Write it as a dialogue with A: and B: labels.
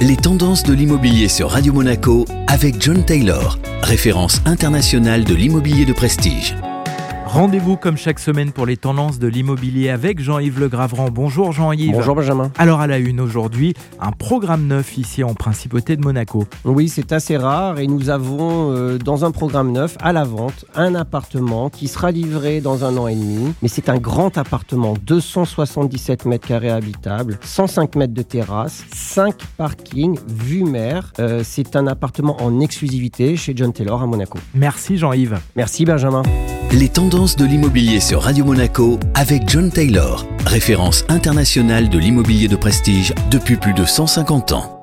A: les tendances de l'immobilier sur Radio Monaco avec John Taylor, référence internationale de l'immobilier de prestige.
B: Rendez-vous comme chaque semaine pour les tendances de l'immobilier avec Jean-Yves Le Graverand. Bonjour Jean-Yves.
C: Bonjour Benjamin.
B: Alors à la une aujourd'hui, un programme neuf ici en Principauté de Monaco.
C: Oui, c'est assez rare et nous avons euh, dans un programme neuf à la vente un appartement qui sera livré dans un an et demi. Mais c'est un grand appartement, 277 mètres carrés habitables, 105 mètres de terrasse, 5 parkings, vue mer. Euh, c'est un appartement en exclusivité chez John Taylor à Monaco.
B: Merci Jean-Yves.
C: Merci Benjamin.
A: Les tendances de l'immobilier sur Radio Monaco avec John Taylor, référence internationale de l'immobilier de prestige depuis plus de 150 ans.